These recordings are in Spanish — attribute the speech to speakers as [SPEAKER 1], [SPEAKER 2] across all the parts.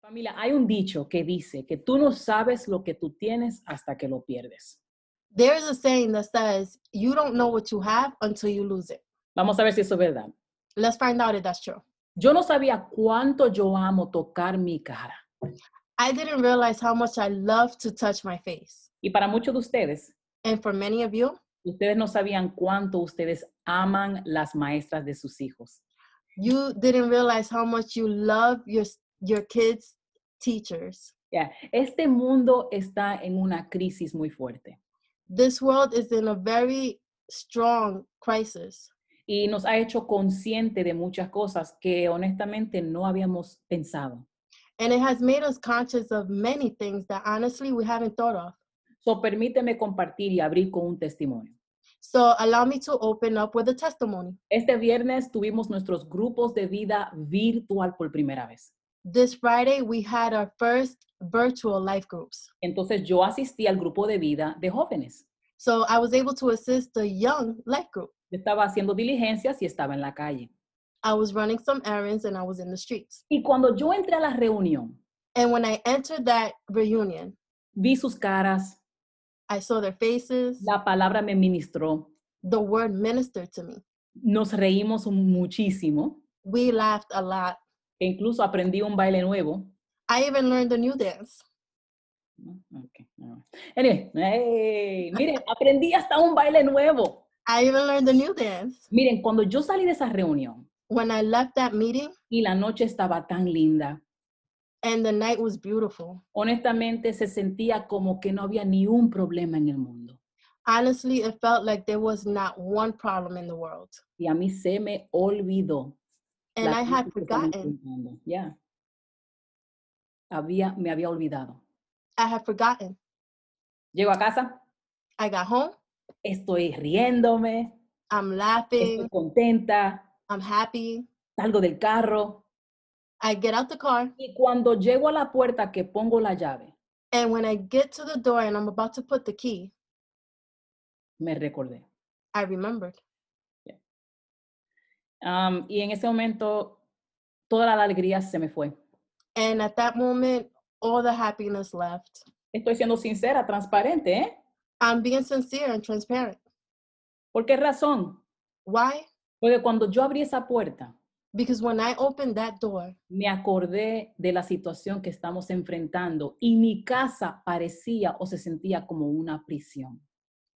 [SPEAKER 1] Camila, hay un dicho que dice que tú no sabes lo que tú tienes hasta que lo pierdes.
[SPEAKER 2] There's a saying that says, you don't know what you have until you lose it.
[SPEAKER 1] Vamos a ver si eso es verdad.
[SPEAKER 2] Let's find out if that's true.
[SPEAKER 1] Yo no sabía cuánto yo amo tocar mi cara.
[SPEAKER 2] I didn't realize how much I love to touch my face.
[SPEAKER 1] Y para muchos de ustedes,
[SPEAKER 2] And for many of you,
[SPEAKER 1] ustedes no sabían cuánto ustedes aman las maestras de sus hijos.
[SPEAKER 2] you didn't realize how much you love your your kids' teachers.
[SPEAKER 1] Ya, Este mundo está en una crisis muy fuerte
[SPEAKER 2] This world is in a very strong crisis.
[SPEAKER 1] y nos ha hecho consciente de muchas cosas que honestamente no habíamos pensado.
[SPEAKER 2] And it has made us conscious of many things that honestly we haven't thought of.
[SPEAKER 1] So, permíteme compartir y abrir con un testimonio.
[SPEAKER 2] So allow me to open up with a testimony.
[SPEAKER 1] Este viernes tuvimos nuestros grupos de vida virtual por primera vez.
[SPEAKER 2] This Friday, we had our first virtual life groups.
[SPEAKER 1] Entonces yo asistí al grupo de vida de jóvenes.
[SPEAKER 2] So I was able to assist the young life group.
[SPEAKER 1] Yo estaba haciendo diligencias y estaba en la calle.
[SPEAKER 2] I was running some errands and I was in the streets.
[SPEAKER 1] Y cuando yo entré a la reunión,
[SPEAKER 2] And when I entered that reunion,
[SPEAKER 1] vi sus caras,
[SPEAKER 2] I saw their faces.
[SPEAKER 1] la palabra me ministró,
[SPEAKER 2] The word ministered to me.
[SPEAKER 1] nos reímos muchísimo,
[SPEAKER 2] We laughed a lot.
[SPEAKER 1] e incluso aprendí un baile nuevo.
[SPEAKER 2] I even learned a new dance.
[SPEAKER 1] ¿no? Ok, no. Anyway, hey, miren, aprendí hasta un baile nuevo.
[SPEAKER 2] I even learned a new dance.
[SPEAKER 1] Miren, cuando yo salí de esa reunión
[SPEAKER 2] When I left that meeting,
[SPEAKER 1] y la noche estaba tan linda,
[SPEAKER 2] and the night was beautiful.
[SPEAKER 1] honestamente se sentía como que no había ni un problema en el mundo.
[SPEAKER 2] Honestly, it felt like there was not one problem in the world.
[SPEAKER 1] Y a mí se me olvidó.
[SPEAKER 2] And
[SPEAKER 1] la
[SPEAKER 2] I
[SPEAKER 1] crisis
[SPEAKER 2] had
[SPEAKER 1] que estaba
[SPEAKER 2] forgotten.
[SPEAKER 1] enfrentando. Ya. Había, me había olvidado.
[SPEAKER 2] I had forgotten.
[SPEAKER 1] Llego a casa,
[SPEAKER 2] I got home.
[SPEAKER 1] estoy riéndome,
[SPEAKER 2] I'm
[SPEAKER 1] estoy
[SPEAKER 2] laughing.
[SPEAKER 1] contenta,
[SPEAKER 2] I'm happy.
[SPEAKER 1] salgo del carro.
[SPEAKER 2] I get out the car.
[SPEAKER 1] Y cuando llego a la puerta que pongo la llave,
[SPEAKER 2] And when I get to the door and I'm about to put the key,
[SPEAKER 1] me recordé.
[SPEAKER 2] I remembered.
[SPEAKER 1] Am, y en ese momento, toda la alegría se me fue.
[SPEAKER 2] And at that moment, all the happiness left.
[SPEAKER 1] Estoy siendo sincera, transparente, ¿eh?
[SPEAKER 2] I'm being sincere and transparent.
[SPEAKER 1] ¿Por qué razón?
[SPEAKER 2] Why?
[SPEAKER 1] Porque cuando yo abrí esa puerta,
[SPEAKER 2] Because when I opened that door,
[SPEAKER 1] me acordé de la situación que estamos enfrentando y mi casa parecía o se sentía como una prisión.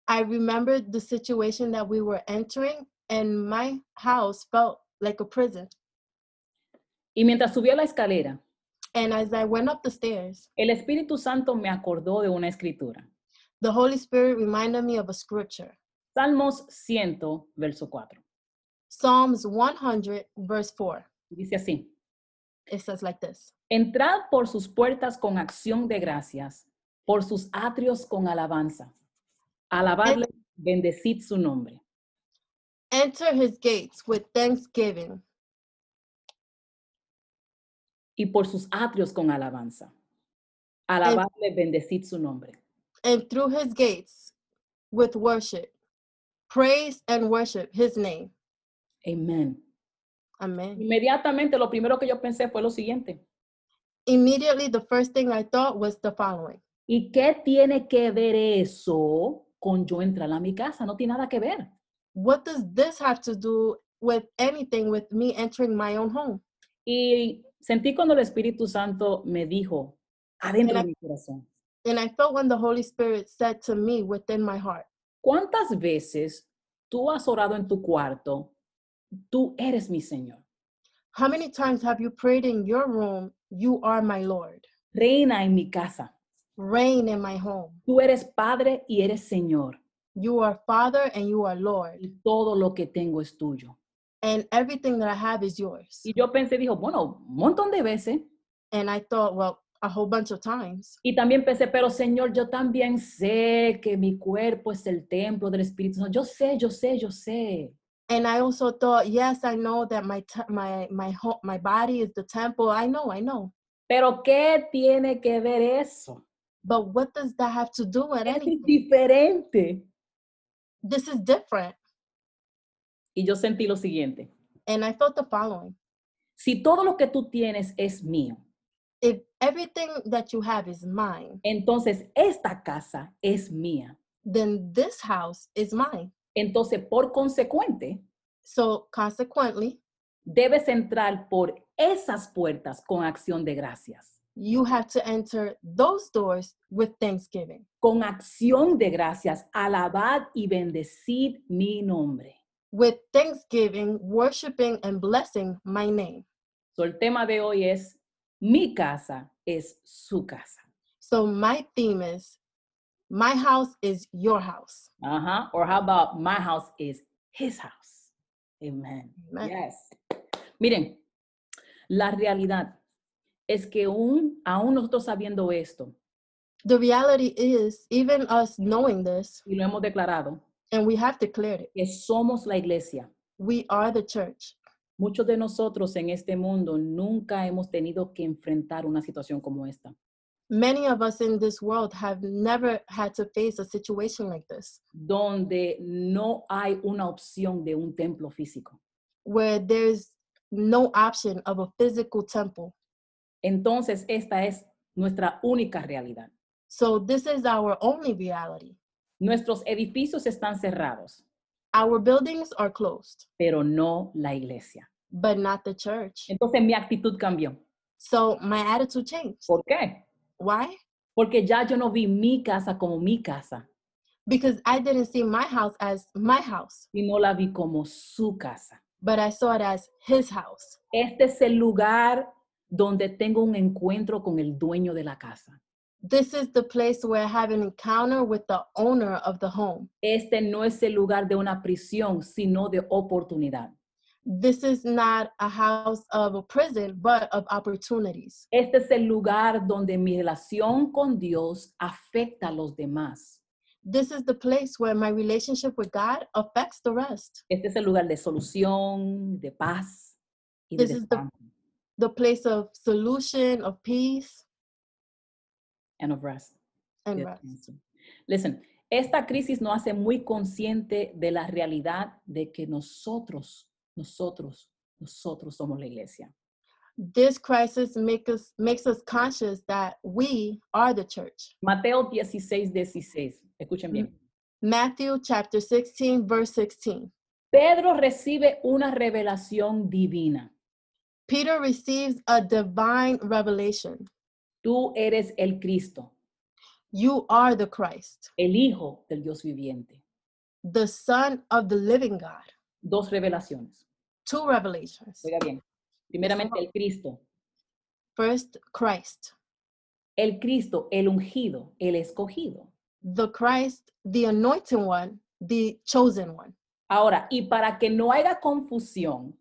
[SPEAKER 2] I remembered the situation that we were entering, and my house felt like a prison.
[SPEAKER 1] Y mientras subía la escalera,
[SPEAKER 2] And as I went up the stairs,
[SPEAKER 1] el Espíritu Santo me acordó de una escritura.
[SPEAKER 2] the Holy Spirit reminded me of a scripture
[SPEAKER 1] Salmos 100, verso 4.
[SPEAKER 2] Psalms 100, verse 4.
[SPEAKER 1] Dice así,
[SPEAKER 2] It says like this
[SPEAKER 1] entrad por sus puertas con acción de gracias, por sus atrios con alabanza. Alabadle, bendecid su nombre.
[SPEAKER 2] Enter his gates with thanksgiving
[SPEAKER 1] Y por sus atrios con alabanza. Alabadle, bendecid su nombre.
[SPEAKER 2] and through his gates with worship. Praise and worship his name.
[SPEAKER 1] Amén.
[SPEAKER 2] Amen.
[SPEAKER 1] Inmediatamente lo primero que yo pensé fue lo siguiente.
[SPEAKER 2] Immediately, the first thing I thought was the following
[SPEAKER 1] ¿Y qué tiene que ver eso con yo entrar a mi casa? No tiene nada que ver.
[SPEAKER 2] What does this have to do with anything with me entering my own home?
[SPEAKER 1] Y sentí cuando el Espíritu Santo me dijo, adentro de
[SPEAKER 2] Mira.
[SPEAKER 1] mi corazón,
[SPEAKER 2] And I felt when the Holy Spirit said to me within my heart,
[SPEAKER 1] ¿cuántas veces tú has orado en tu cuarto? Tú eres mi Señor,
[SPEAKER 2] How many times have you prayed in your room, You are my Lord?
[SPEAKER 1] reina en mi casa,
[SPEAKER 2] Reign in my home.
[SPEAKER 1] tú eres Padre y eres Señor,
[SPEAKER 2] You are Father and you are Lord,
[SPEAKER 1] y todo lo que tengo es tuyo.
[SPEAKER 2] and everything that I have is yours.
[SPEAKER 1] Y yo pensé, dijo, bueno, un montón de veces,
[SPEAKER 2] And I thought, well, a whole bunch of times.
[SPEAKER 1] Y también pensé, pero Señor, yo también sé que mi cuerpo es el templo del Espíritu Santo. Yo sé, yo sé, yo sé.
[SPEAKER 2] And I also thought, yes, I know that my te- my my home, my body is the temple. I know, I know.
[SPEAKER 1] Pero ¿qué tiene que ver eso?
[SPEAKER 2] But what does that have to do with
[SPEAKER 1] Es
[SPEAKER 2] anything?
[SPEAKER 1] diferente.
[SPEAKER 2] This is different.
[SPEAKER 1] Y yo sentí lo siguiente.
[SPEAKER 2] And I felt the following.
[SPEAKER 1] Si todo lo que tú tienes es mío
[SPEAKER 2] if everything that you have is mine,
[SPEAKER 1] entonces esta casa es mía.
[SPEAKER 2] then this house is mine.
[SPEAKER 1] Entonces, por consecuente,
[SPEAKER 2] So consequently,
[SPEAKER 1] debes entrar por esas puertas con acción de gracias.
[SPEAKER 2] you have to enter those doors with thanksgiving.
[SPEAKER 1] Con acción de gracias, alabad y bendecid mi nombre.
[SPEAKER 2] With thanksgiving, worshiping, and blessing my name.
[SPEAKER 1] So, el tema de hoy es, mi casa es su casa.
[SPEAKER 2] So my theme is my house is your house.
[SPEAKER 1] Uh-huh. Or how about my house is his house? Amen.
[SPEAKER 2] Amen.
[SPEAKER 1] Yes. Miren, la realidad es que aún, aún nosotros sabiendo esto,
[SPEAKER 2] The reality is, even us knowing this,
[SPEAKER 1] y lo hemos declarado,
[SPEAKER 2] and we have declared it,
[SPEAKER 1] que somos la iglesia.
[SPEAKER 2] we are the church.
[SPEAKER 1] Muchos de nosotros en este mundo nunca hemos tenido que enfrentar una situación como esta.
[SPEAKER 2] Many of us in this world have never had to face a situation like this,
[SPEAKER 1] donde no hay una opción de un templo físico.
[SPEAKER 2] where there's no option of a physical temple.
[SPEAKER 1] Entonces, esta es nuestra única realidad.
[SPEAKER 2] So this is our only reality.
[SPEAKER 1] Nuestros edificios están cerrados,
[SPEAKER 2] Our buildings are closed,
[SPEAKER 1] pero no la iglesia.
[SPEAKER 2] but not the church.
[SPEAKER 1] Entonces mi actitud cambió.
[SPEAKER 2] So my attitude changed.
[SPEAKER 1] ¿Por qué?
[SPEAKER 2] Why?
[SPEAKER 1] Porque ya yo no vi mi casa como mi casa,
[SPEAKER 2] Because I didn't see my house as my house,
[SPEAKER 1] sino la vi como su casa.
[SPEAKER 2] but I saw it as his house.
[SPEAKER 1] Este es el lugar donde tengo un encuentro con el dueño de la casa.
[SPEAKER 2] This is the place where I have an encounter with the owner of the home.
[SPEAKER 1] Este no es el lugar de una prisión, sino de oportunidad.
[SPEAKER 2] This is not a house of a prison, but of opportunities.
[SPEAKER 1] Este es el lugar donde mi relación con Dios afecta a los demás.
[SPEAKER 2] This is the place where my relationship with God affects the rest.
[SPEAKER 1] Este es el lugar de solución, de paz y de
[SPEAKER 2] This is the-
[SPEAKER 1] descanso.
[SPEAKER 2] The place of solution, of peace,
[SPEAKER 1] And of rest.
[SPEAKER 2] and
[SPEAKER 1] Yes,
[SPEAKER 2] rest.
[SPEAKER 1] answer. Listen, esta crisis nos hace muy consciente de la realidad de que nosotros, nosotros, nosotros somos la iglesia.
[SPEAKER 2] This crisis make us, makes us conscious that we are the church.
[SPEAKER 1] Mateo 16, 16. Escuchen
[SPEAKER 2] Mm.
[SPEAKER 1] bien.
[SPEAKER 2] Matthew chapter 16, verse 16.
[SPEAKER 1] Pedro recibe una revelación divina.
[SPEAKER 2] Peter receives a divine revelation.
[SPEAKER 1] Tú eres el Cristo,
[SPEAKER 2] You are the Christ,
[SPEAKER 1] el Hijo del Dios viviente.
[SPEAKER 2] the Son of the living God.
[SPEAKER 1] Dos revelaciones.
[SPEAKER 2] Two revelations.
[SPEAKER 1] Oiga bien. Primeramente el Cristo.
[SPEAKER 2] First, Christ,
[SPEAKER 1] El Cristo, el ungido, el escogido.
[SPEAKER 2] the Christ, the anointed one, the chosen one.
[SPEAKER 1] Ahora, y para que no haya confusión,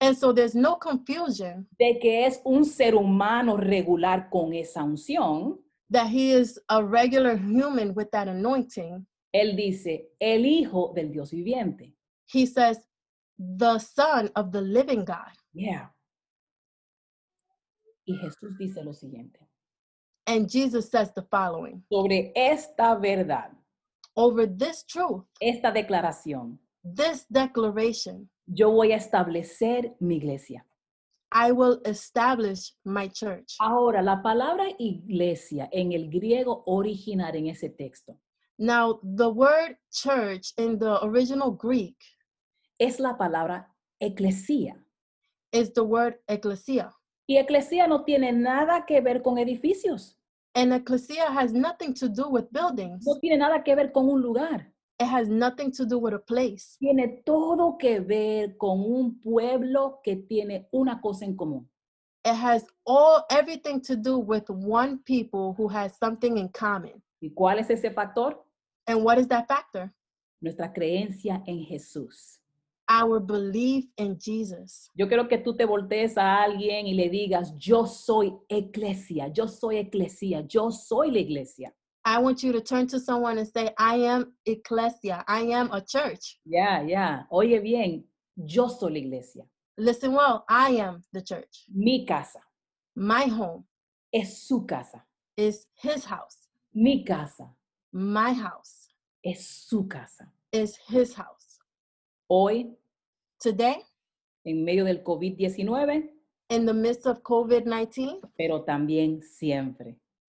[SPEAKER 2] And so there's no confusion
[SPEAKER 1] de que es un ser humano regular con esa unción,
[SPEAKER 2] that he is a regular human with that anointing.
[SPEAKER 1] él dice, el hijo del Dios viviente.
[SPEAKER 2] He says, the Son of the living God.
[SPEAKER 1] Yeah. Y Jesús dice lo siguiente,
[SPEAKER 2] And Jesus says the following
[SPEAKER 1] sobre esta verdad,
[SPEAKER 2] Over this truth,
[SPEAKER 1] esta declaración,
[SPEAKER 2] this declaration,
[SPEAKER 1] yo voy a establecer mi iglesia.
[SPEAKER 2] I will establish my church.
[SPEAKER 1] Ahora, la palabra iglesia en el griego original en ese texto
[SPEAKER 2] Now, the word church in the original Greek
[SPEAKER 1] es la palabra eclesía.
[SPEAKER 2] is the word ecclesia.
[SPEAKER 1] Y eclesía no tiene nada que ver con edificios,
[SPEAKER 2] And ecclesia has nothing to do with buildings,
[SPEAKER 1] no tiene nada que ver con un lugar.
[SPEAKER 2] it has nothing to do with a place.
[SPEAKER 1] tiene todo que ver con un pueblo que tiene una cosa en común.
[SPEAKER 2] It has all everything to do with one people who has something in common.
[SPEAKER 1] ¿Y cuál es ese factor?
[SPEAKER 2] And what is that factor?
[SPEAKER 1] Nuestra creencia en Jesús.
[SPEAKER 2] Our belief in Jesus.
[SPEAKER 1] Yo quiero que tú te voltees a alguien y le digas, yo soy iglesia, yo soy iglesia, yo soy la iglesia.
[SPEAKER 2] I want you to turn to someone and say, I am ecclesia. I am a church.
[SPEAKER 1] Ya, ya, oye bien, yo soy la iglesia.
[SPEAKER 2] Listen well, I am the church.
[SPEAKER 1] Mi casa
[SPEAKER 2] My home
[SPEAKER 1] es su casa.
[SPEAKER 2] is his house.
[SPEAKER 1] Mi casa
[SPEAKER 2] My house
[SPEAKER 1] es su casa.
[SPEAKER 2] is his house.
[SPEAKER 1] Hoy,
[SPEAKER 2] Today,
[SPEAKER 1] en medio del COVID-19,
[SPEAKER 2] in the midst of COVID 19,
[SPEAKER 1] pero también siempre.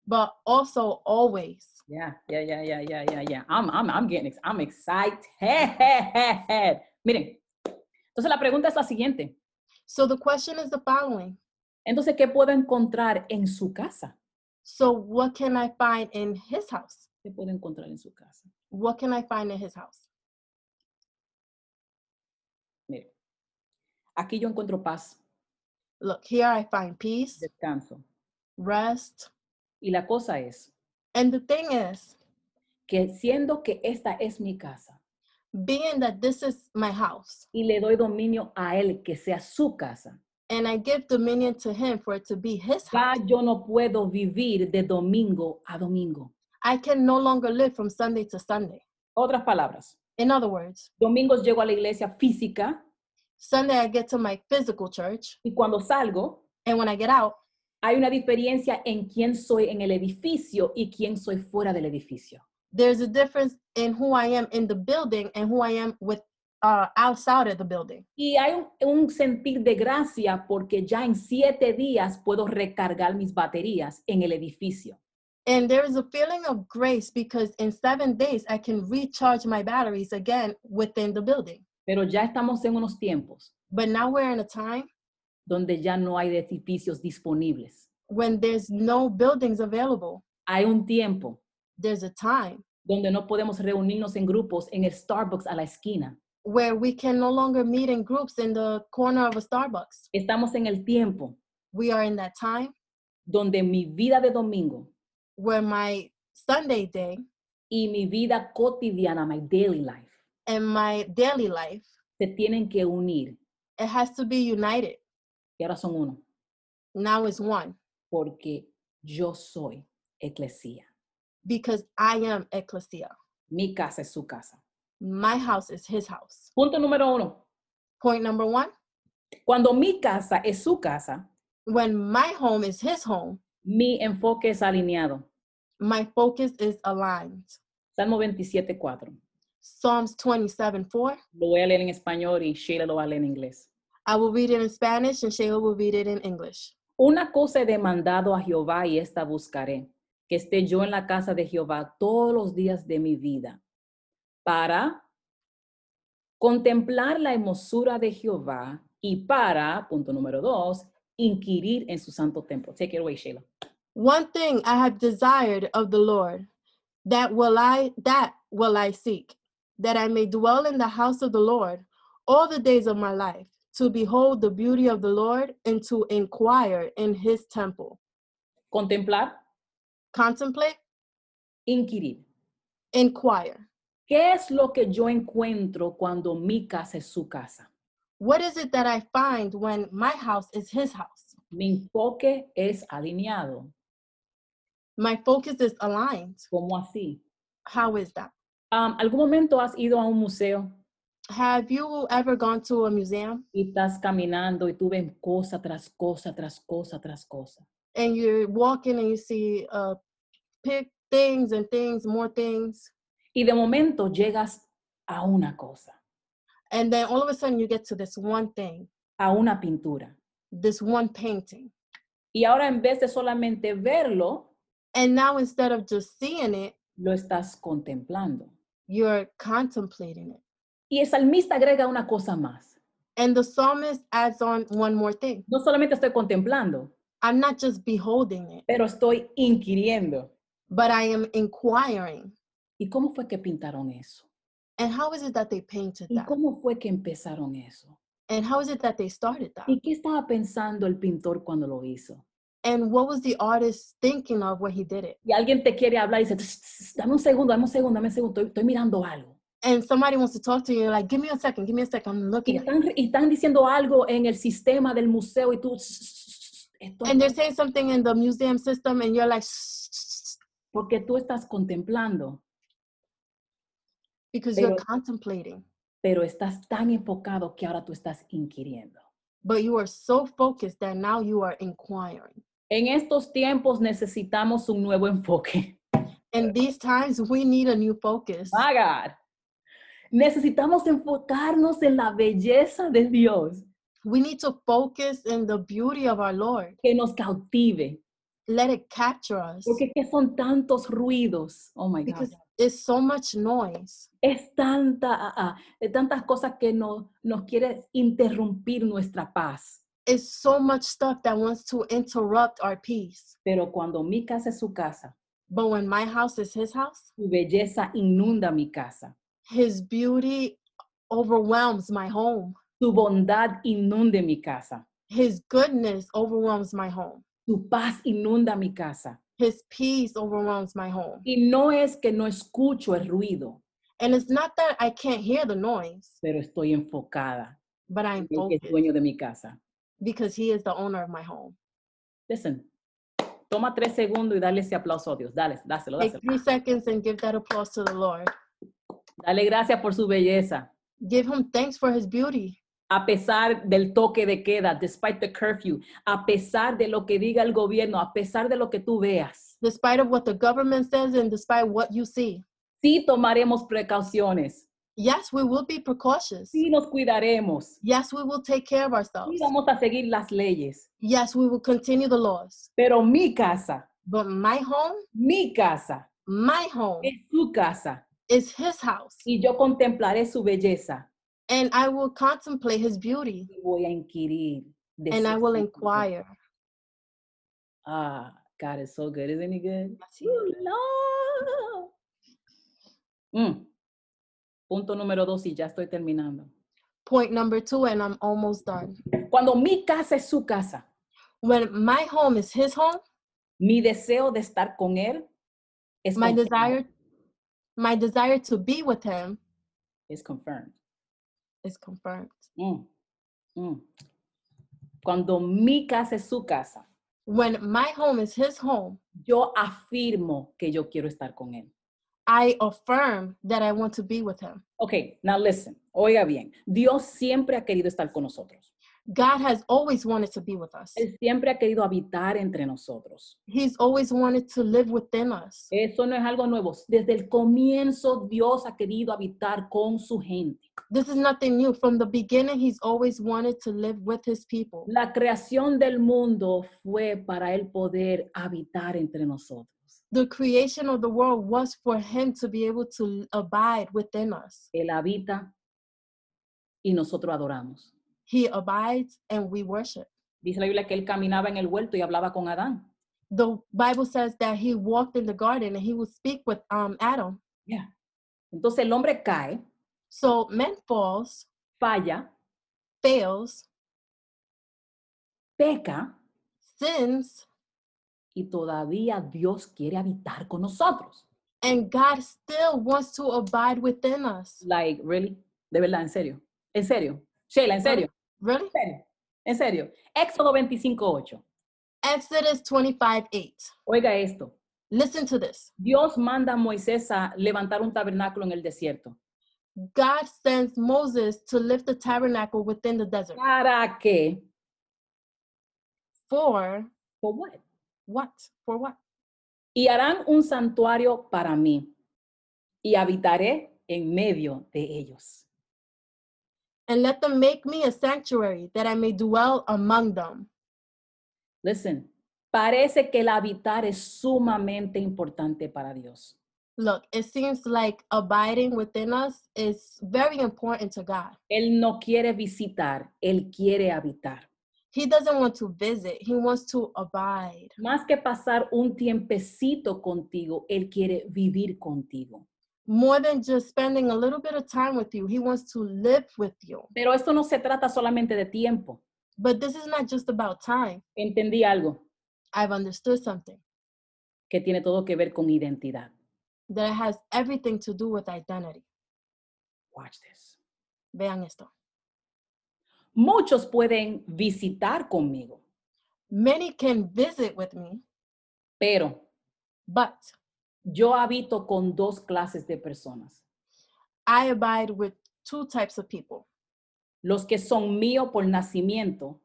[SPEAKER 2] but also always.
[SPEAKER 1] Yeah, yeah, yeah, yeah, yeah, yeah, yeah. I'm, I'm, I'm getting, ex- I'm excited. Miren, entonces la pregunta es la siguiente.
[SPEAKER 2] So the question is the following
[SPEAKER 1] Entonces, ¿qué puedo encontrar en su casa?
[SPEAKER 2] So, what can I find in his house?
[SPEAKER 1] ¿Qué puedo encontrar en su casa?
[SPEAKER 2] What can I find in his house?
[SPEAKER 1] Miren, aquí yo encuentro paz,
[SPEAKER 2] Look, here I find peace,
[SPEAKER 1] descanso.
[SPEAKER 2] rest.
[SPEAKER 1] Y la cosa es
[SPEAKER 2] And the thing is,
[SPEAKER 1] que siendo que esta es mi casa
[SPEAKER 2] being that this is my house
[SPEAKER 1] y le doy dominio a él que sea su casa,
[SPEAKER 2] and I give dominion to him for it to be his
[SPEAKER 1] ya
[SPEAKER 2] house,
[SPEAKER 1] yo no puedo vivir de domingo a domingo.
[SPEAKER 2] I can no longer live from Sunday to Sunday.
[SPEAKER 1] Otras palabras,
[SPEAKER 2] In other words,
[SPEAKER 1] domingos llego a la iglesia física
[SPEAKER 2] Sunday I get to my physical church,
[SPEAKER 1] y cuando salgo
[SPEAKER 2] and when I get out,
[SPEAKER 1] hay una diferencia en quién soy en el edificio y quién soy fuera del edificio.
[SPEAKER 2] there's a difference in who I am in the building and who I am with uh, outside of the building.
[SPEAKER 1] Y hay un, un sentir de gracia porque ya en siete días puedo recargar mis baterías en el edificio.
[SPEAKER 2] And there is a feeling of grace because in seven days I can recharge my batteries again within the building.
[SPEAKER 1] Pero ya estamos en unos tiempos
[SPEAKER 2] But now we're in a time
[SPEAKER 1] donde ya no hay edificios disponibles.
[SPEAKER 2] when there's no buildings available.
[SPEAKER 1] Hay un tiempo
[SPEAKER 2] There's a time
[SPEAKER 1] donde no podemos reunirnos en grupos en el Starbucks a la esquina.
[SPEAKER 2] where we can no longer meet in groups in the corner of a Starbucks.
[SPEAKER 1] Estamos en el tiempo
[SPEAKER 2] We are in that time
[SPEAKER 1] donde mi vida de domingo
[SPEAKER 2] where my Sunday day
[SPEAKER 1] y mi vida cotidiana, my daily life,
[SPEAKER 2] and my daily life
[SPEAKER 1] se tienen que unir
[SPEAKER 2] it has to be united.
[SPEAKER 1] y ahora son uno,
[SPEAKER 2] Now is one
[SPEAKER 1] porque yo soy eclesía.
[SPEAKER 2] because I am ecclesia.
[SPEAKER 1] Mi casa es su casa.
[SPEAKER 2] My house is his house.
[SPEAKER 1] Punto número uno.
[SPEAKER 2] Point number 1,
[SPEAKER 1] Cuando mi casa es su casa,
[SPEAKER 2] when my home is his home,
[SPEAKER 1] mi enfoque es alineado.
[SPEAKER 2] my focus is aligned.
[SPEAKER 1] Salmo 27.4.
[SPEAKER 2] Psalms 27 4.
[SPEAKER 1] Lo voy a leer en español y Sheila lo va a leer en inglés.
[SPEAKER 2] I will read it in Spanish and Shayla will read it in English.
[SPEAKER 1] Una cosa he demandado a Jehová y esta buscaré, que esté yo en la casa de Jehová todos los días de mi vida, para contemplar la hermosura de Jehová y para, punto número dos, inquirir en su santo templo. Take it away, Sheila.
[SPEAKER 2] One thing I have desired of the Lord, that will I that will I seek, that I may dwell in the house of the Lord all the days of my life, to behold the beauty of the Lord and to inquire in his temple.
[SPEAKER 1] Contemplar,
[SPEAKER 2] Contemplate,
[SPEAKER 1] inquirir.
[SPEAKER 2] inquire.
[SPEAKER 1] ¿Qué es lo que yo encuentro cuando mi casa es su casa?
[SPEAKER 2] What is it that I find when my house is his house?
[SPEAKER 1] Mi enfoque es alineado.
[SPEAKER 2] My focus is aligned.
[SPEAKER 1] ¿Cómo así?
[SPEAKER 2] How is that?
[SPEAKER 1] Um, ¿Algún momento has ido a un museo
[SPEAKER 2] Have you ever gone to a museum
[SPEAKER 1] y estás caminando y tú ves cosa tras cosa, tras cosa, tras cosa.
[SPEAKER 2] and you're walking and you see uh pick things and things, more things,
[SPEAKER 1] Y de momento llegas a una cosa,
[SPEAKER 2] and then all of a sudden you get to this one thing,
[SPEAKER 1] a una pintura.
[SPEAKER 2] this one painting.
[SPEAKER 1] Y ahora en vez de solamente verlo,
[SPEAKER 2] And now instead of just seeing it,
[SPEAKER 1] lo estás contemplando.
[SPEAKER 2] you're contemplating it.
[SPEAKER 1] Y el salmista agrega una cosa más.
[SPEAKER 2] And the psalmist adds on one more thing.
[SPEAKER 1] No solamente estoy contemplando,
[SPEAKER 2] I'm not just beholding it,
[SPEAKER 1] pero estoy inquiriendo.
[SPEAKER 2] but I am inquiring.
[SPEAKER 1] ¿Y cómo fue que pintaron eso?
[SPEAKER 2] And how is it that they painted
[SPEAKER 1] ¿Y
[SPEAKER 2] that?
[SPEAKER 1] cómo fue que empezaron eso?
[SPEAKER 2] And how is it that they started that?
[SPEAKER 1] ¿Y qué estaba pensando el pintor cuando lo hizo?
[SPEAKER 2] And what was the artist thinking of when he did it?
[SPEAKER 1] Y alguien te quiere hablar y dice, "Tss, tss, dame un segundo, dame un segundo, dame un segundo, estoy- estoy mirando algo.
[SPEAKER 2] and somebody wants to talk to you, you're like, give me a second, give me a second, I'm
[SPEAKER 1] y
[SPEAKER 2] looking at it.
[SPEAKER 1] están, y están diciendo algo en el sistema del museo y tú esto-
[SPEAKER 2] And they're saying something in the museum system, and you're like,
[SPEAKER 1] porque tú estás contemplando
[SPEAKER 2] because you're
[SPEAKER 1] Pero-
[SPEAKER 2] contemplating,
[SPEAKER 1] pero estás tan enfocado que ahora tú estás inquiriendo
[SPEAKER 2] but you are so focused that now you are inquiring.
[SPEAKER 1] en estos tiempos necesitamos un nuevo enfoque
[SPEAKER 2] In these times, we need a new focus.
[SPEAKER 1] My God. necesitamos enfocarnos en la belleza de Dios
[SPEAKER 2] We need to focus in the beauty of our Lord.
[SPEAKER 1] que nos cautive.
[SPEAKER 2] Let it capture us
[SPEAKER 1] Porque es que son tantos ruidos. Oh my God.
[SPEAKER 2] because it's so much noise.
[SPEAKER 1] Es tanta, ah, ah, eh, tantas cosas que no, nos quiere interrumpir nuestra paz.
[SPEAKER 2] It's so much stuff that wants to interrupt our peace.
[SPEAKER 1] Pero cuando mi casa es su casa,
[SPEAKER 2] But when my house is his house,
[SPEAKER 1] su belleza inunda mi casa.
[SPEAKER 2] his beauty overwhelms my home.
[SPEAKER 1] Su bondad inunde mi casa.
[SPEAKER 2] His goodness overwhelms my home.
[SPEAKER 1] Su paz inunda mi casa.
[SPEAKER 2] His peace overwhelms my home.
[SPEAKER 1] Y no es que no escucho el ruido,
[SPEAKER 2] And it's not that I can't hear the noise,
[SPEAKER 1] pero estoy enfocada
[SPEAKER 2] but I'm
[SPEAKER 1] en el que es
[SPEAKER 2] focused
[SPEAKER 1] dueño de mi casa.
[SPEAKER 2] because he is the owner of my home.
[SPEAKER 1] Listen, toma tres segundos y dale ese aplauso a Dios. Dale, dáselo,
[SPEAKER 2] Take
[SPEAKER 1] dáselo.
[SPEAKER 2] three seconds and give that applause to the Lord.
[SPEAKER 1] Dale gracias por su belleza.
[SPEAKER 2] Give him thanks for his beauty.
[SPEAKER 1] A pesar del toque de queda, despite the curfew, a pesar de lo que diga el gobierno, a pesar de lo que tú veas,
[SPEAKER 2] Despite of what the government says and despite what you see.
[SPEAKER 1] sí tomaremos precauciones,
[SPEAKER 2] Yes, we will be precautious.
[SPEAKER 1] sí nos cuidaremos,
[SPEAKER 2] Yes, we will take care of ourselves.
[SPEAKER 1] sí vamos a seguir las leyes.
[SPEAKER 2] Yes, we will continue the laws.
[SPEAKER 1] Pero mi casa,
[SPEAKER 2] But my home,
[SPEAKER 1] mi casa,
[SPEAKER 2] my home
[SPEAKER 1] es su casa
[SPEAKER 2] is his house.
[SPEAKER 1] y yo contemplaré su belleza
[SPEAKER 2] And I will contemplate his beauty
[SPEAKER 1] y voy a inquirir. de
[SPEAKER 2] and
[SPEAKER 1] su
[SPEAKER 2] I will
[SPEAKER 1] santo.
[SPEAKER 2] inquire.
[SPEAKER 1] Ah, God is so good, isn't he good?
[SPEAKER 2] Yes, he is.
[SPEAKER 1] Ooh, Lord. Mm. Punto número dos y ya estoy terminando.
[SPEAKER 2] Point number two, and I'm almost done.
[SPEAKER 1] Cuando mi casa es su casa,
[SPEAKER 2] When my home is his home,
[SPEAKER 1] mi deseo de estar con él es
[SPEAKER 2] my
[SPEAKER 1] confirmed.
[SPEAKER 2] desire, my desire to be with him
[SPEAKER 1] It's confirmed.
[SPEAKER 2] is confirmed.
[SPEAKER 1] Mm, mm. Cuando mi casa es su casa,
[SPEAKER 2] When my home is his home,
[SPEAKER 1] yo afirmo que yo quiero estar con él.
[SPEAKER 2] I affirm that I want to be with him.
[SPEAKER 1] Ok, now listen, oiga bien, Dios siempre ha querido estar con nosotros.
[SPEAKER 2] God has always wanted to be with us.
[SPEAKER 1] Él siempre ha querido habitar entre nosotros.
[SPEAKER 2] He's always wanted to live within us.
[SPEAKER 1] Eso no es algo nuevo. Desde el comienzo Dios ha querido habitar con su gente.
[SPEAKER 2] This is nothing new. From the beginning, he's always wanted to live with his people.
[SPEAKER 1] La creación del mundo fue para él poder habitar entre nosotros.
[SPEAKER 2] The creation of the world was for him to be able to abide within us.
[SPEAKER 1] Él habita y nosotros adoramos.
[SPEAKER 2] He abides and we worship.
[SPEAKER 1] Dice la Biblia que él caminaba en el huerto y hablaba con Adán.
[SPEAKER 2] The Bible says that he walked in the garden and he would speak with um, Adam.
[SPEAKER 1] Yeah. Entonces el hombre cae,
[SPEAKER 2] So man falls,
[SPEAKER 1] falla,
[SPEAKER 2] fails,
[SPEAKER 1] peca
[SPEAKER 2] sins,
[SPEAKER 1] y todavía Dios quiere habitar con nosotros.
[SPEAKER 2] and God still wants to abide within us.
[SPEAKER 1] Like, really? De verdad, en serio. En serio. Sheila, en serio.
[SPEAKER 2] Really?
[SPEAKER 1] En serio. En serio. Éxodo 25:8.
[SPEAKER 2] Exodus 25 8.
[SPEAKER 1] Oiga esto.
[SPEAKER 2] Listen to this.
[SPEAKER 1] Dios manda a Moisés a levantar un tabernáculo en el desierto.
[SPEAKER 2] God sends Moses to lift the tabernacle within the desert.
[SPEAKER 1] ¿Para qué?
[SPEAKER 2] For
[SPEAKER 1] For what?
[SPEAKER 2] what? For what?
[SPEAKER 1] Y harán un santuario para mí y habitaré en medio de ellos.
[SPEAKER 2] And let them make me a sanctuary that I may dwell among them.
[SPEAKER 1] Listen, parece que el habitar es sumamente importante para Dios.
[SPEAKER 2] Look, it seems like abiding within us is very important to God.
[SPEAKER 1] Él no quiere visitar, él quiere habitar.
[SPEAKER 2] He doesn't want to visit, He wants to abide.
[SPEAKER 1] Más que pasar un tiempecito contigo, él quiere vivir contigo.
[SPEAKER 2] More than just spending a little bit of time with you, He wants to live with you.
[SPEAKER 1] Pero esto no se trata solamente de tiempo.
[SPEAKER 2] But this is not just about time.
[SPEAKER 1] Entendí algo.
[SPEAKER 2] I've understood something
[SPEAKER 1] que tiene todo que ver con identidad.
[SPEAKER 2] that it has everything to do with identity.
[SPEAKER 1] Watch this.
[SPEAKER 2] Vean esto.
[SPEAKER 1] Muchos pueden visitar conmigo,
[SPEAKER 2] Many can visit with me,
[SPEAKER 1] pero
[SPEAKER 2] but
[SPEAKER 1] yo habito con dos clases de personas.
[SPEAKER 2] I abide with two types of people
[SPEAKER 1] Los que son míos por nacimiento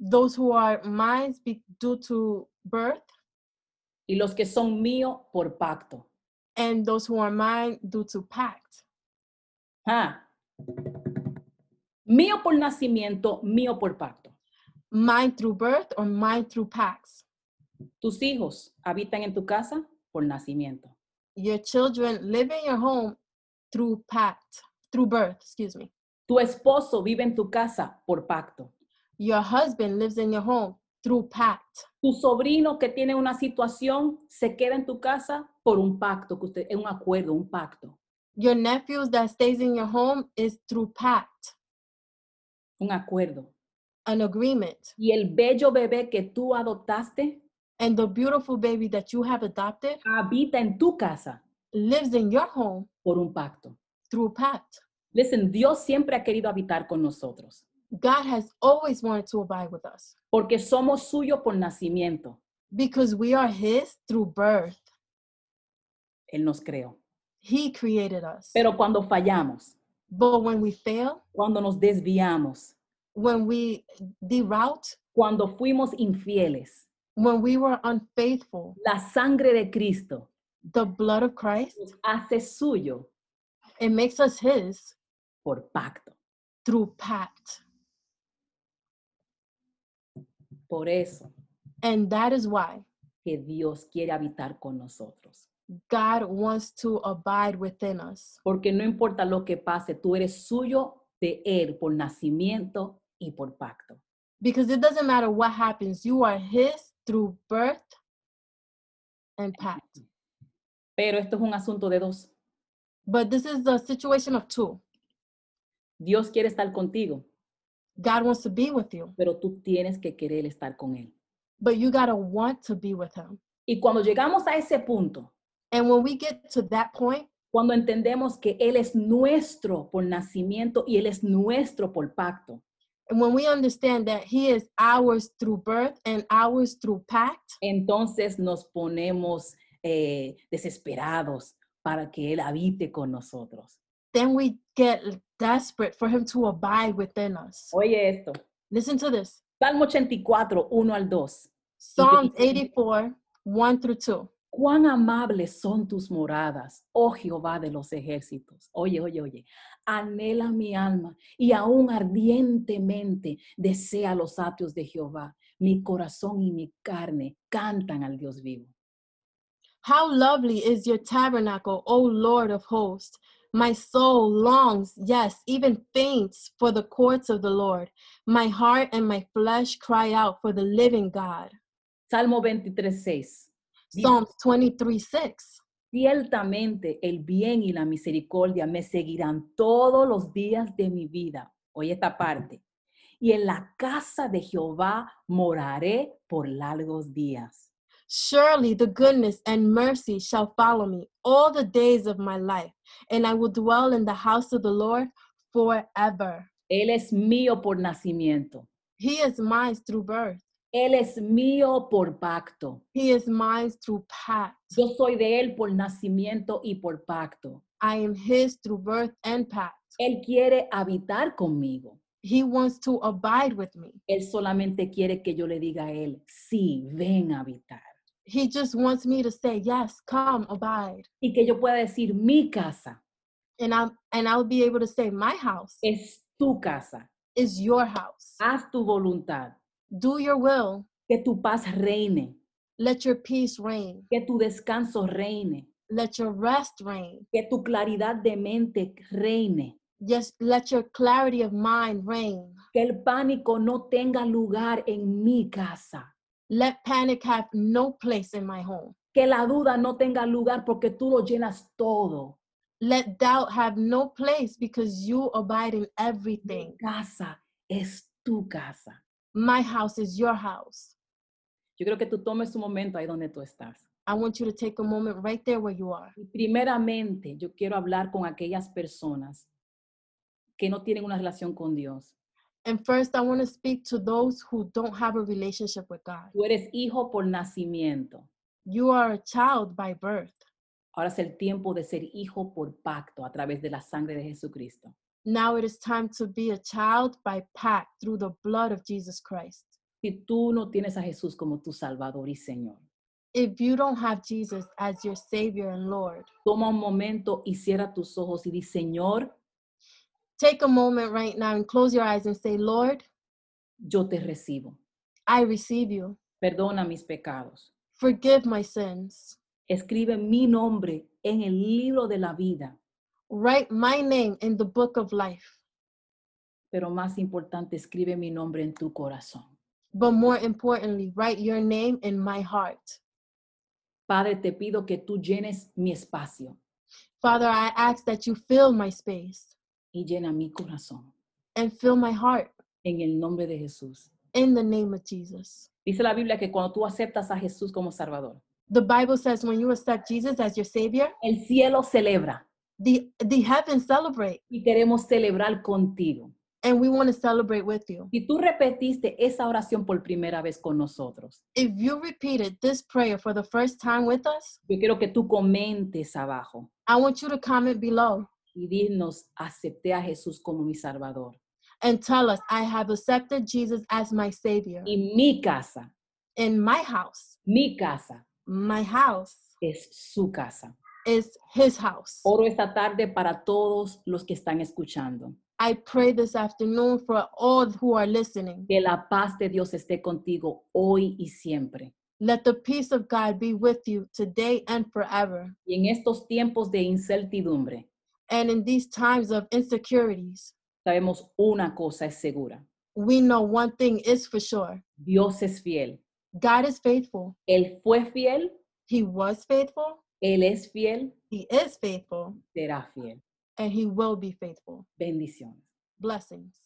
[SPEAKER 2] those who are mine be- due to birth,
[SPEAKER 1] y los que son míos por pacto.
[SPEAKER 2] and those who are mine due to pact.
[SPEAKER 1] Ah. mío por nacimiento, mío por pacto.
[SPEAKER 2] mine through birth or mine through pacts.
[SPEAKER 1] Tus hijos habitan en tu casa por nacimiento.
[SPEAKER 2] Your children live in your home through pact, through birth, excuse me.
[SPEAKER 1] Tu esposo vive en tu casa por pacto.
[SPEAKER 2] Your husband lives in your home through pact.
[SPEAKER 1] Tu sobrino que tiene una situación se queda en tu casa por un pacto, que usted, es un acuerdo, un pacto,
[SPEAKER 2] Your nephews that stays in your home is through pact,
[SPEAKER 1] un acuerdo.
[SPEAKER 2] an agreement.
[SPEAKER 1] Y el bello bebé que tú adoptaste
[SPEAKER 2] And the beautiful baby that you have adopted
[SPEAKER 1] habita en tu casa
[SPEAKER 2] lives in your home
[SPEAKER 1] por un pacto.
[SPEAKER 2] through pact.
[SPEAKER 1] Listen, Dios siempre ha querido habitar con nosotros
[SPEAKER 2] God has always wanted to abide with us
[SPEAKER 1] porque somos suyos por nacimiento.
[SPEAKER 2] because we are his through birth.
[SPEAKER 1] Él nos creó.
[SPEAKER 2] He created us.
[SPEAKER 1] Pero cuando fallamos,
[SPEAKER 2] But when we fail,
[SPEAKER 1] cuando nos desviamos,
[SPEAKER 2] when we deroute,
[SPEAKER 1] cuando fuimos infieles,
[SPEAKER 2] when we were unfaithful,
[SPEAKER 1] la sangre de Cristo
[SPEAKER 2] the blood of Christ,
[SPEAKER 1] nos hace suyo
[SPEAKER 2] it makes us his
[SPEAKER 1] por pacto.
[SPEAKER 2] through pact.
[SPEAKER 1] Por eso
[SPEAKER 2] And that is why
[SPEAKER 1] que Dios quiere habitar con nosotros.
[SPEAKER 2] God wants to abide within us.
[SPEAKER 1] Porque no importa lo que pase, tú eres suyo de Él por nacimiento y por pacto.
[SPEAKER 2] Because it doesn't matter what happens, you are his through birth and pact.
[SPEAKER 1] Pero esto es un asunto de dos.
[SPEAKER 2] But this is the situation of two.
[SPEAKER 1] Dios quiere estar contigo,
[SPEAKER 2] God wants to be with you,
[SPEAKER 1] pero tú tienes que querer estar con Él.
[SPEAKER 2] but you got to want to be with him.
[SPEAKER 1] Y cuando llegamos a ese punto,
[SPEAKER 2] And when we get to that point,
[SPEAKER 1] cuando entendemos que Él es nuestro por nacimiento y Él es nuestro por pacto,
[SPEAKER 2] and when we understand that he is ours through birth and ours through pact,
[SPEAKER 1] entonces nos ponemos eh, desesperados para que Él habite con nosotros.
[SPEAKER 2] then we get desperate for him to abide within us.
[SPEAKER 1] Oye esto,
[SPEAKER 2] Listen to this
[SPEAKER 1] Salmo 84, 1 al 2.
[SPEAKER 2] Psalms 84, 1 through 2.
[SPEAKER 1] Cuán amables son tus moradas, oh Jehová de los ejércitos. Oye, oye, oye, anhela mi alma y aún ardientemente desea los atrios de Jehová. Mi corazón y mi carne cantan al Dios vivo.
[SPEAKER 2] How lovely is your tabernacle, O Lord of hosts! My soul longs, yes, even faints for the courts of the Lord. My heart and my flesh cry out for the living God.
[SPEAKER 1] Salmo 23, 6.
[SPEAKER 2] Psalms 23, 6.
[SPEAKER 1] Ciertamente el bien y la misericordia me seguirán todos los días de mi vida. Oye esta parte. Y en la casa de Jehová moraré por largos días.
[SPEAKER 2] Surely the goodness and mercy shall follow me all the days of my life, and I will dwell in the house of the Lord forever.
[SPEAKER 1] Él es mío por nacimiento.
[SPEAKER 2] He is mine through birth.
[SPEAKER 1] Él es mío por pacto.
[SPEAKER 2] He is mine through pact.
[SPEAKER 1] Yo soy de Él por nacimiento y por pacto.
[SPEAKER 2] I am his through birth and pact.
[SPEAKER 1] Él quiere habitar conmigo.
[SPEAKER 2] He wants to abide with me.
[SPEAKER 1] Él solamente quiere que yo le diga a Él, sí, ven a habitar.
[SPEAKER 2] He just wants me to say, "Yes, come abide."
[SPEAKER 1] Y que yo pueda decir, mi casa
[SPEAKER 2] And I am and I'll be able to say, "My house
[SPEAKER 1] es tu casa.
[SPEAKER 2] is your house.
[SPEAKER 1] Haz tu voluntad.
[SPEAKER 2] Do your will.
[SPEAKER 1] Que tu paz reine.
[SPEAKER 2] Let your peace reign.
[SPEAKER 1] Que tu descanso reine.
[SPEAKER 2] Let your rest reign.
[SPEAKER 1] Que tu claridad de mente reine.
[SPEAKER 2] Yes, let your clarity of mind reign.
[SPEAKER 1] Que el pánico no tenga lugar en mi casa.
[SPEAKER 2] Let panic have no place in my home.
[SPEAKER 1] que la duda no tenga lugar porque tú lo llenas todo.
[SPEAKER 2] Let doubt have no place because you abide in
[SPEAKER 1] Mi
[SPEAKER 2] everything.
[SPEAKER 1] casa es tu casa.
[SPEAKER 2] My house is your house.
[SPEAKER 1] Yo creo que tú tomes un momento ahí donde tú estás.
[SPEAKER 2] I want you to take a moment right there where you are.
[SPEAKER 1] Y primeramente, yo quiero hablar con aquellas personas que no tienen una relación con Dios.
[SPEAKER 2] And first, I want to speak to those who don't have a relationship with God.
[SPEAKER 1] Tú eres hijo por nacimiento.
[SPEAKER 2] You are a child by birth.
[SPEAKER 1] Ahora es el tiempo de ser hijo por pacto a través de la sangre de Jesucristo.
[SPEAKER 2] Now it is time to be a child by pact through the blood of Jesus Christ.
[SPEAKER 1] Si tú no tienes a Jesús como tu Salvador y Señor,
[SPEAKER 2] If you don't have Jesus as your Savior and Lord,
[SPEAKER 1] toma un momento y cierra tus ojos y di, Señor,
[SPEAKER 2] Take a moment right now and close your eyes and say, Lord,
[SPEAKER 1] yo te recibo.
[SPEAKER 2] I receive you.
[SPEAKER 1] Perdona mis pecados.
[SPEAKER 2] Forgive my sins.
[SPEAKER 1] Escribe mi nombre en el libro de la vida,
[SPEAKER 2] Write my name in the book of life.
[SPEAKER 1] pero más importante, escribe mi nombre en tu corazón.
[SPEAKER 2] But more importantly, write your name in my heart.
[SPEAKER 1] Padre, te pido que tú llenes mi espacio
[SPEAKER 2] Father, I ask that you fill my space
[SPEAKER 1] y llena mi corazón.
[SPEAKER 2] and fill my heart
[SPEAKER 1] En el nombre de Jesús.
[SPEAKER 2] in the name of Jesus.
[SPEAKER 1] Dice la Biblia que cuando tú aceptas a Jesús como Salvador,
[SPEAKER 2] The Bible says when you accept Jesus as your Savior,
[SPEAKER 1] el cielo celebra
[SPEAKER 2] the, the heavens celebrate
[SPEAKER 1] y queremos celebrar contigo.
[SPEAKER 2] and we want to celebrate with you.
[SPEAKER 1] Si tú repetiste esa oración por primera vez con nosotros,
[SPEAKER 2] If you repeated this prayer for the first time with us,
[SPEAKER 1] yo quiero que tú comentes abajo
[SPEAKER 2] I want you to comment below
[SPEAKER 1] y dinos, acepté a Jesús como mi Salvador.
[SPEAKER 2] and tell us, I have accepted Jesus as my Savior
[SPEAKER 1] Y mi casa,
[SPEAKER 2] in my house.
[SPEAKER 1] mi casa
[SPEAKER 2] My house
[SPEAKER 1] es su casa.
[SPEAKER 2] is His house.
[SPEAKER 1] Oro esta tarde para todos los que están escuchando.
[SPEAKER 2] I pray this afternoon for all who are listening.
[SPEAKER 1] Que la paz de Dios esté contigo hoy y siempre.
[SPEAKER 2] Let the peace of God be with you today and forever.
[SPEAKER 1] Y en estos tiempos de incertidumbre,
[SPEAKER 2] And in these times of insecurities,
[SPEAKER 1] sabemos una cosa es segura.
[SPEAKER 2] we know one thing is for sure
[SPEAKER 1] Dios es fiel.
[SPEAKER 2] God is faithful.
[SPEAKER 1] Él fue fiel,
[SPEAKER 2] He was faithful,
[SPEAKER 1] Él es fiel,
[SPEAKER 2] He is faithful,
[SPEAKER 1] será fiel.
[SPEAKER 2] and He will be faithful.
[SPEAKER 1] Bendiciones.
[SPEAKER 2] Blessings.